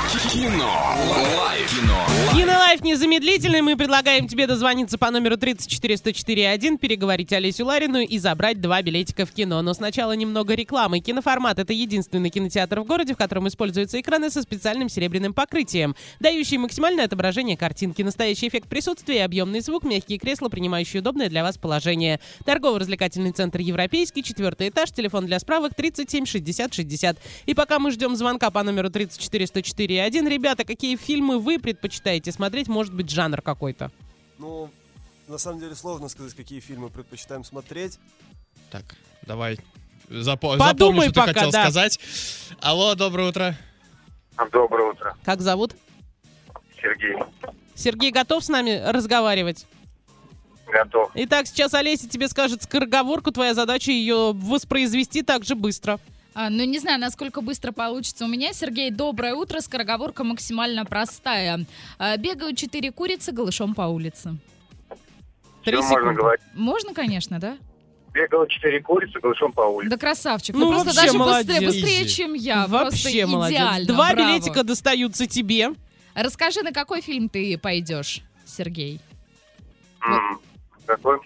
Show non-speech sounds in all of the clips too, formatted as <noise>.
Кино. Лайф. Кино. Кинолайф незамедлительный. Мы предлагаем тебе дозвониться по номеру 34104.1, переговорить Олесю Ларину и забрать два билетика в кино. Но сначала немного рекламы. Киноформат — это единственный кинотеатр в городе, в котором используются экраны со специальным серебряным покрытием, дающие максимальное отображение картинки, настоящий эффект присутствия, объемный звук, мягкие кресла, принимающие удобное для вас положение. Торгово-развлекательный центр «Европейский», четвертый этаж, телефон для справок 37 60 60. И пока мы ждем звонка по номеру 34104.1, ребята, какие фильмы вы предпочитаете смотреть? Может быть, жанр какой-то? Ну, на самом деле сложно сказать, какие фильмы предпочитаем смотреть. Так, давай. Подумай Запо- запомни, что пока, ты хотел да. сказать. Алло, доброе утро. Доброе утро, Как зовут? Сергей. Сергей готов с нами разговаривать? Готов. Итак, сейчас Олеся тебе скажет скороговорку. Твоя задача ее воспроизвести так же быстро. А, ну, не знаю, насколько быстро получится у меня. Сергей, доброе утро. Скороговорка максимально простая. А, бегают четыре курицы голышом по улице. Три Всё можно секунды. говорить. Можно, конечно, да? Бегал четыре курицы голышом по улице. Да красавчик. Ну, Ну, просто вообще даже быстрее, молодец. Ну, быстрее, чем я. просто Вообще идеально. молодец. Два браво. билетика достаются тебе. Расскажи, на какой фильм ты пойдешь, Сергей? М, Какой?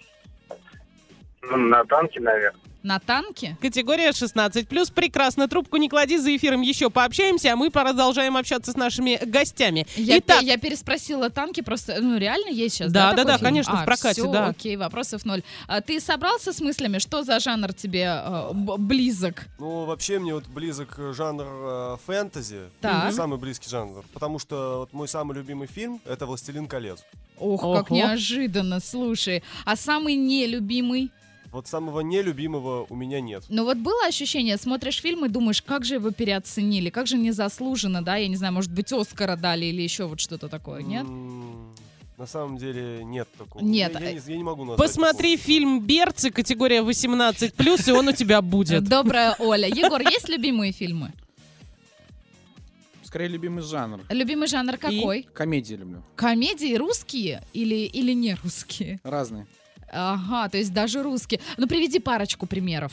Ну, На танке, наверное. На танке? Категория 16+. Прекрасно, трубку не клади, за эфиром еще пообщаемся, а мы продолжаем общаться с нашими гостями. Я, Итак, пе- я переспросила танки, просто, ну, реально есть сейчас, Да, да, да? такой да, фильм? конечно, в А, прокате, всё, да. окей, вопросов ноль. А ты собрался с мыслями, что за жанр тебе э, б- близок? Ну, вообще мне вот близок э, жанр э, фэнтези. Так. Самый близкий жанр. Потому что вот мой самый любимый фильм — это «Властелин колец». Ох, как Ого. неожиданно, слушай. А самый нелюбимый? Вот самого нелюбимого у меня нет. Ну вот было ощущение, смотришь фильм и думаешь, как же его переоценили, как же незаслуженно, да, я не знаю, может быть, Оскара дали или еще вот что-то такое, нет? М, На самом деле нет такого. Нет, Я, я а- не, я не могу назвать посмотри такого. фильм «Берцы», категория 18+, и он у тебя будет. <laughs> Добрая Оля. Егор, есть любимые фильмы? Скорее, любимый жанр. Любимый жанр какой? Комедии люблю. Комедии русские или, или не русские? Разные. Ага, то есть даже русские. Ну, приведи парочку примеров.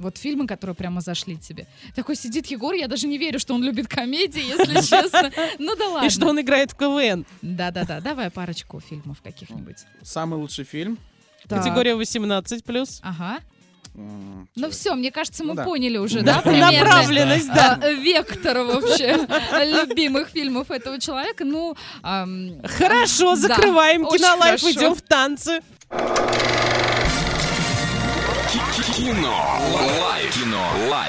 Вот фильмы, которые прямо зашли тебе. Такой сидит Егор, я даже не верю, что он любит комедии, <laughs> если честно. Ну да ладно. И что он играет в КВН. Да-да-да, давай парочку фильмов каких-нибудь. Самый лучший фильм. Так. Категория 18+. Ага. М, Ну человек. все, мне кажется, мы Ну да. поняли уже, да, Да, примерно, направленность, да. а, вектор вообще <laughs> любимых фильмов этого человека. Ну, ам, Хорошо, Да, закрываем очень кинолайф, хорошо. идем в танцы. Кино. Лайф. Кино. Лайф.